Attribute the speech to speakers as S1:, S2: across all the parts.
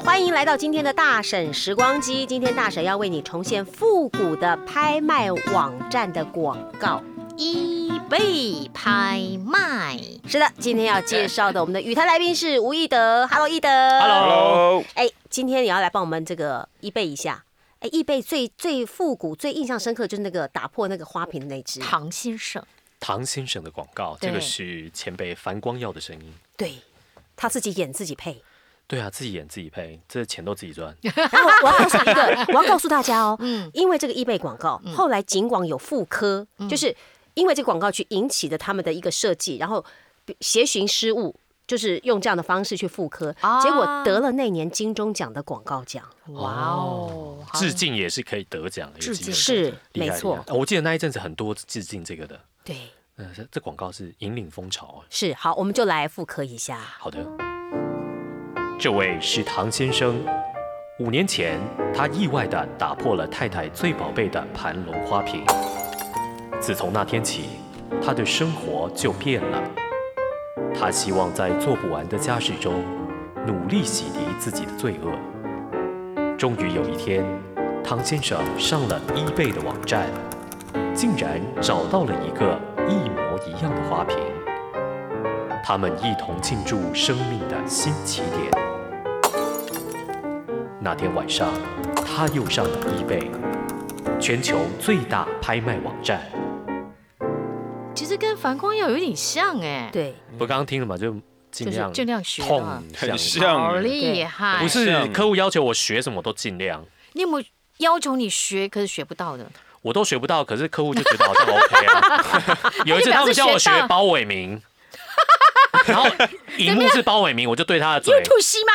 S1: 欢迎来到今天的大婶时光机。今天大婶要为你重现复古的拍卖网站的广告。
S2: eBay 拍卖，
S1: 是的，今天要介绍的我们的语坛来宾是吴义德。Hello，义德。
S3: Hello，
S1: 哎，今天你要来帮我们这个易贝一下。哎，易贝最最复古、最印象深刻就是那个打破那个花瓶的那只。
S2: 唐先生，
S3: 唐先生的广告，这
S2: 对
S3: 个是前辈樊光耀的声音。
S1: 对，他自己演自己配。
S3: 对啊，自己演自己配，这钱都自己赚。
S1: 然后我要告诉一个，我要告诉大家 哦，
S2: 嗯
S1: 因为这个易贝广告，后来景广有复刻，就是因为这个广告去引起的他们的一个设计，然后协寻失误。就是用这样的方式去复刻，
S2: 啊
S1: 结果得了那年金钟奖的广告奖，
S2: 哇哦，好
S3: 致敬也是可以得奖的一个
S2: 致
S3: 机会，
S2: 敬
S1: 是
S3: 厉害
S1: 没错
S3: 厉害哦我记得那一阵子很多致敬这个的，
S1: 对，
S3: 呃，这这广告是引领风潮啊。
S1: 是好，我们就来复刻一下。
S3: 好的，这位是唐先生。五年前，他意外地打破了太太最宝贝的盘龙花瓶。自从那天起，他的生活就变了。他希望在做不完的家事中，努力洗涤自己的罪恶。终于有一天，唐先生上了 eBay 的网站，竟然找到了一个一模一样的花瓶。他们一同庆祝生命的新起点。那天晚上，他又上了 eBay，全球最大拍卖网站。
S2: 其实跟樊光耀有点像哎，
S1: 对，
S3: 我刚刚听了嘛，就尽量
S2: 就是尽量学
S3: 碰哎
S2: 啊
S3: 一下，
S4: 像
S2: 好
S4: 欸
S2: 厉害！
S3: 不是客户要求我学什么都尽量，
S2: 你有没有要求你学，可是学不到的？
S3: 我都学不到，可是客户就觉得好像 OK 啊。有一次他们叫我学包伟明，然后荧幕是包伟明，我就对他的嘴
S2: U，two C 吗？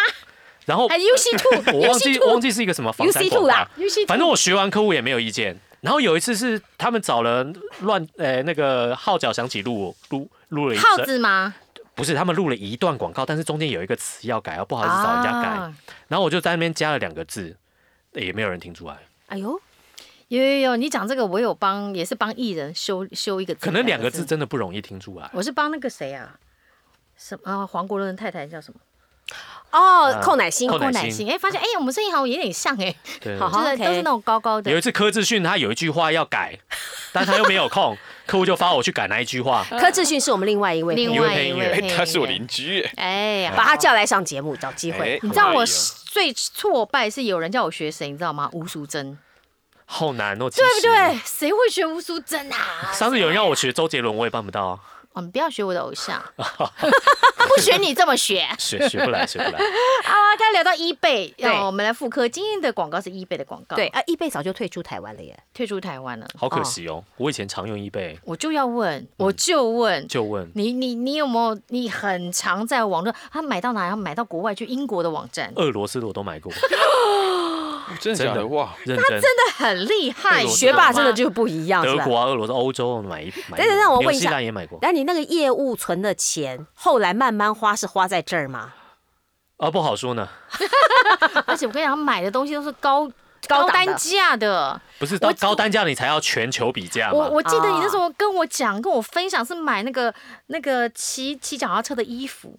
S3: 然后
S2: 还 U C two？
S3: 我忘记我忘记是一个什么防弹
S1: UC2
S3: 广
S1: 啦
S3: 告，
S2: UC2
S3: 反正我学完客户也没有意见。然后有一次是他们找了乱呃那个号角响起录录录了一
S2: 耗
S3: 则
S2: 子吗？
S3: 不是他们录了一段广告，但是中间有一个词要改，要不好意思找人家改，
S2: 啊
S3: 然后我就在那边加了两个字，也没有人听出来，
S1: 哎呦，
S2: 有有有，你讲这个我有帮，也是帮艺人修修一个字，
S3: 可能两个字真的不容易听出来。
S2: 我是帮那个谁啊？什么啊？黄国伦太太叫什么？
S1: 哦，寇乃馨，
S3: 啊寇乃
S2: 乃
S3: 馨
S2: 馨。哎，发现哎，我们声音好像有点像哎，
S3: 对，
S1: 好
S2: 就是
S1: OK
S2: 都是那种高高的
S3: 有一。次柯志训他有一句话要改，但他又没 有空，客户就发我去改那一句话。
S1: 柯志勋是我们另外一位朋友，
S2: 另
S3: 一位
S2: 外
S3: 配
S2: 一
S3: 音
S2: 位
S3: 员
S2: 配音员，
S4: 哎他是我邻居耶，
S2: 哎呀，
S1: 把他叫来上节目找机
S4: 哎
S1: 会。
S2: 你知道
S4: 哎
S2: 我
S4: 呦
S2: 最挫败是有人叫我学谁，你知道吗？吴淑珍，
S3: 好难哦，对
S2: 对不？对？哎谁会学吴淑珍啊？
S3: 上次有人要我学周杰伦，我也办不到啊，
S2: 哦，你不要学我的偶像，不学你这么学。
S3: 学学不来，学不来。
S2: 好啊，刚才聊到 eBay，
S1: 对
S2: 让我们来复刻今天的广告是 eBay 的广告，
S1: 对，，啊，易贝早就退出台湾了耶。
S2: 退出台湾了。
S3: 好可惜哦，我以前常用 eBay，
S2: 我就要问，我就问。
S3: 就问
S2: 你你你有没有？你很常在网络，他买到哪？要买到国外去英国的网站，
S3: 俄罗斯的我都买过，
S4: 真的假的哇？
S3: 认
S2: 真
S3: 真。
S2: 的很厉害。
S3: 哎对我
S1: 哎学霸真的
S2: 你知
S1: 就
S2: 道吗
S1: 不一样，是
S3: 德
S1: 吧？
S3: 国啊、俄罗斯、欧洲买一买一，
S1: 等等让我问一下
S3: 纽西兰也买过。
S1: 然后你那个业务存的钱，后来慢慢花是花在这儿吗？
S3: 啊，不好说呢，
S2: 而且我跟你讲，他买的东西都是 高
S1: 高档的
S2: 单价的。
S3: 不是到高单价你才要全球比价
S2: 我
S3: 嘛？
S2: 我记得你那时候跟我讲，跟我分享是买那个那个骑骑脚踏车的衣服，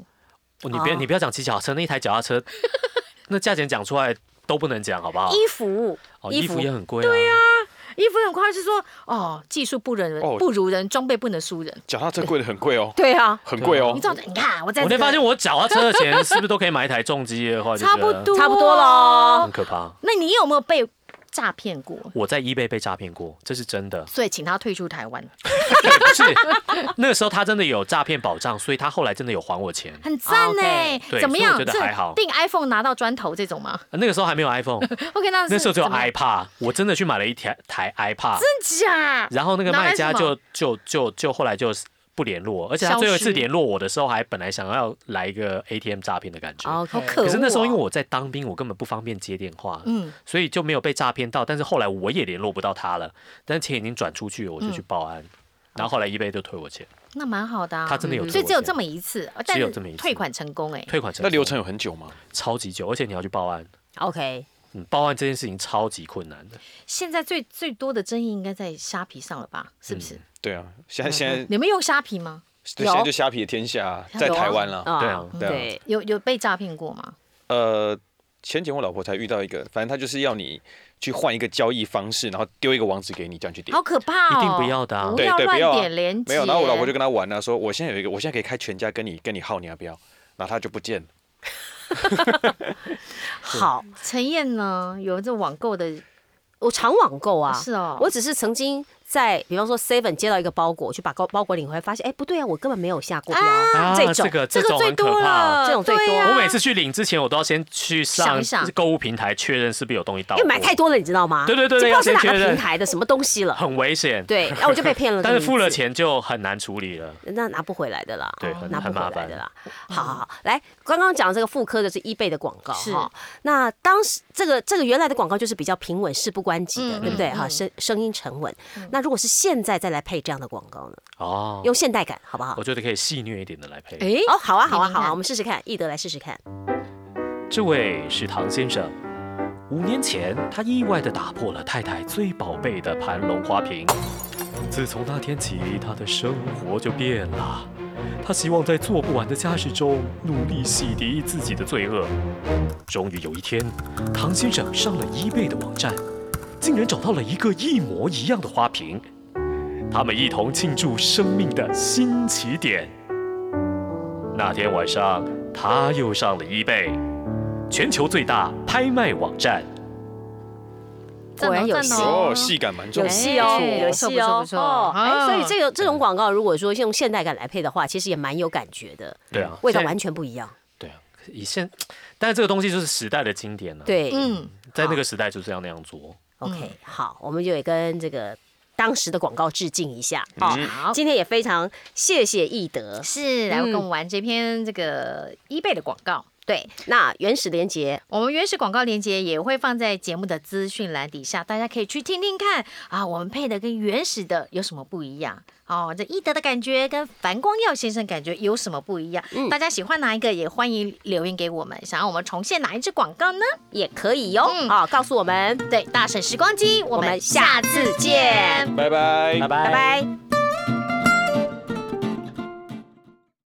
S3: 哦你别你不要讲骑脚踏车，那一台脚踏车， 那价钱讲出来都不能讲，好不好？
S1: 衣服，
S3: 哦，
S1: 衣
S3: 衣
S1: 服
S3: 服也很贵啊。对呀，
S2: 衣服很快就说哦，技术不人
S4: 哦
S2: 不如人，装备不能输人。
S4: 脚踏车贵的很贵哦，
S1: 对啊，
S4: 很贵哦
S2: 你。知道？你看我在
S3: 我
S2: 这
S3: 才
S2: 个
S3: 发现我脚踏车的钱是不是都可以买一台重机的话，就觉
S2: 差不
S3: 得嗯
S2: 多
S1: 差不多咯
S3: 很。可怕。
S2: 那你有没有被诈骗过？
S3: 我在 eBay 被诈骗过，这是真的。
S2: 所以请他退出台湾，
S3: 对，不是那个时候他真的有诈骗保障，所以他后来真的有还我钱。
S2: 很赞呢、
S1: OK
S3: 哦对
S2: 怎么样？
S3: 所以我觉得还好
S2: 是订 iPhone 拿到砖头这种吗
S3: 那个时候还没有 iPhone，
S2: ？OK，那是
S3: 那时候只有
S2: 怎么样
S3: iPad，我真的去买了一台台 iPad，
S2: 真假？
S3: 然后那个
S2: 拿来
S3: 卖家
S2: 什么
S3: 就就就就后来就不联络，而且他
S2: 消
S3: 最后一次
S2: 失
S3: 联络我的时候，还本来想要来一个 ATM 诈骗的感觉。
S1: OK，
S2: 好可恶
S3: 可是那时候
S2: 哦
S3: 因为我在当兵，我根本不方便接电话，
S2: 嗯
S3: 所以就没有被诈骗到。但是后来我也联络不到他了，但是钱已经转出去了，我就
S2: 嗯
S3: 去报案。然后后来 eBay 就退我钱，
S2: 那蛮好的、啊，
S3: 他
S4: 嗯
S3: 真的有
S2: 所以只有
S3: 退我钱
S2: 这么一次，呃但
S3: 只有
S2: 是
S3: 这么一次
S2: 退款成功哎、
S3: 退款成功
S4: 那流程有很久吗？
S3: 超级久，而且你要去报案，
S1: OK，
S3: 嗯，报案这件事情超级困难的。
S2: 现在最最多的争议应该在虾皮上了
S3: 嗯
S2: 吧？是不是？
S4: 对啊，现在现在
S2: 你们用虾皮吗？
S4: 对现在就
S2: 啊嗯
S4: 虾皮的天下，在台湾了。
S3: 对啊
S4: 对啊
S1: 对，
S2: 有有被诈骗过吗？
S4: 呃，前几天我老婆才遇到一个，反正他就是要你去换一个交易方式，然后丢一个网址给你，这样去点
S2: 好。可怕哦！
S3: 一定不要的啊
S2: 不
S4: 对
S2: 要
S4: 对，不要
S2: 乱
S4: 啊
S2: 点连接。
S4: 没有，然后我老婆就跟他玩了、说我现在有一个，我现在可以开全家跟你跟你耗，你要不要？然后他就不见了。
S1: 好，
S2: 陈燕呢，有这网购的，
S1: 我常网购啊，
S2: 是哦
S1: 我只是曾经在，比方说 Seven 接到一个包裹，我去把包包裹领回来，发现哎、不对啊，我根本没有下过标，
S3: 啊，
S1: 这种
S3: 这个
S2: 这个
S3: 种
S2: 最
S3: 很可
S2: 多
S3: 怕。
S2: 了，
S1: 这种最多
S2: 对啊
S3: 我每次去领之前，我都要先去
S2: 想
S3: 上
S2: 一想
S3: 购物平台确认是不是有东西到
S1: 因为
S3: 货，
S1: 买太多了，你知道吗？
S3: 对对对对
S1: 这不知道是哪
S3: 要先确
S1: 个
S3: 认
S1: 平台的什么东西了。
S3: 很危险。
S1: 对，然后我就被骗了。
S3: 但是
S1: 这
S3: 付
S1: 名
S3: 了
S1: 字，
S3: 钱就很难处理了。
S1: 那拿不回来的啦，
S3: 对很
S1: 拿不
S3: 很
S1: 回
S3: 麻
S1: 来
S3: 烦
S1: 的啦。好好好，来，刚刚讲这个妇科的是 eBay 的广告
S2: 是
S1: 哈。那当时这个这个原来的广告就是比较平稳，事不关己的，
S2: 嗯
S1: 对不对？
S2: 嗯
S1: 哈，
S2: 嗯
S1: 声声音沉稳。那如果是现在再来配这样的广告呢？
S3: 哦，
S1: 用现代感好不好
S3: 我？觉得可以戏谑一点的来配。
S2: 哎，
S1: 哦，好啊，好啊，
S2: 你看
S1: 好啊，我们试试看，易德来试试看。
S3: 这位是唐先生。五年前，他意外地打破了太太最宝贝的盘龙花瓶。自从那天起，他的生活就变了。他希望在做不完的家事中努力洗涤自己的罪恶。终于有一天，唐先生上了 eBay 的网站，竟然找到了一个一模一样的花瓶。他们一同庆祝生命的新起点。那天晚上，他又上了 eBay。全球最大拍卖网站。
S2: 赞
S1: 果然
S2: 哦
S1: 有
S2: 赞
S1: 戏
S4: 哦，戏感蛮重
S1: 有
S4: 的。
S1: 戏哦，
S2: 哎
S1: 有
S2: 不错
S1: 戏哦
S2: 不错不，错
S1: 哦，哎，
S2: 啊
S1: 所以这个这
S3: 嗯
S1: 种广告，如果说用现代感来配的话，其实也蛮有感觉的，
S3: 对啊，
S1: 味道
S3: 现在
S1: 完全不一
S2: 嗯
S1: 样。
S3: 对啊，以现，但是这个东西就是时代的经典了、，
S1: 对，
S2: 嗯，
S3: 在那个时代就是要那样做。
S4: 嗯
S1: OK，好，我们就也跟这个当时的广告致敬一下啊、
S4: 嗯
S2: 好，
S1: 今天也非常谢谢易德。
S2: 是来跟
S1: 嗯
S2: 我们玩这篇这个 eBay 的广告。对
S1: 那原始连接，
S2: 我们原始广告链接也会放在节目的资讯栏底下，大家可以去听听看啊，我们配的跟原始的有什么不一样？哦，这易德的感觉跟樊光耀先生感觉有什么不一样？
S1: 嗯
S2: 大家喜欢哪一个也欢迎留言给我们，想要我们重现哪一支广告呢？
S1: 也可以哟、
S2: 嗯
S1: 啊、告诉我们，
S2: 对，大婶时光机，我
S1: 我们
S2: 们
S1: 下
S2: 下
S1: 次
S2: 次
S1: 见
S2: 见。
S4: 拜拜，
S3: 拜
S1: 拜
S3: 拜
S1: 拜。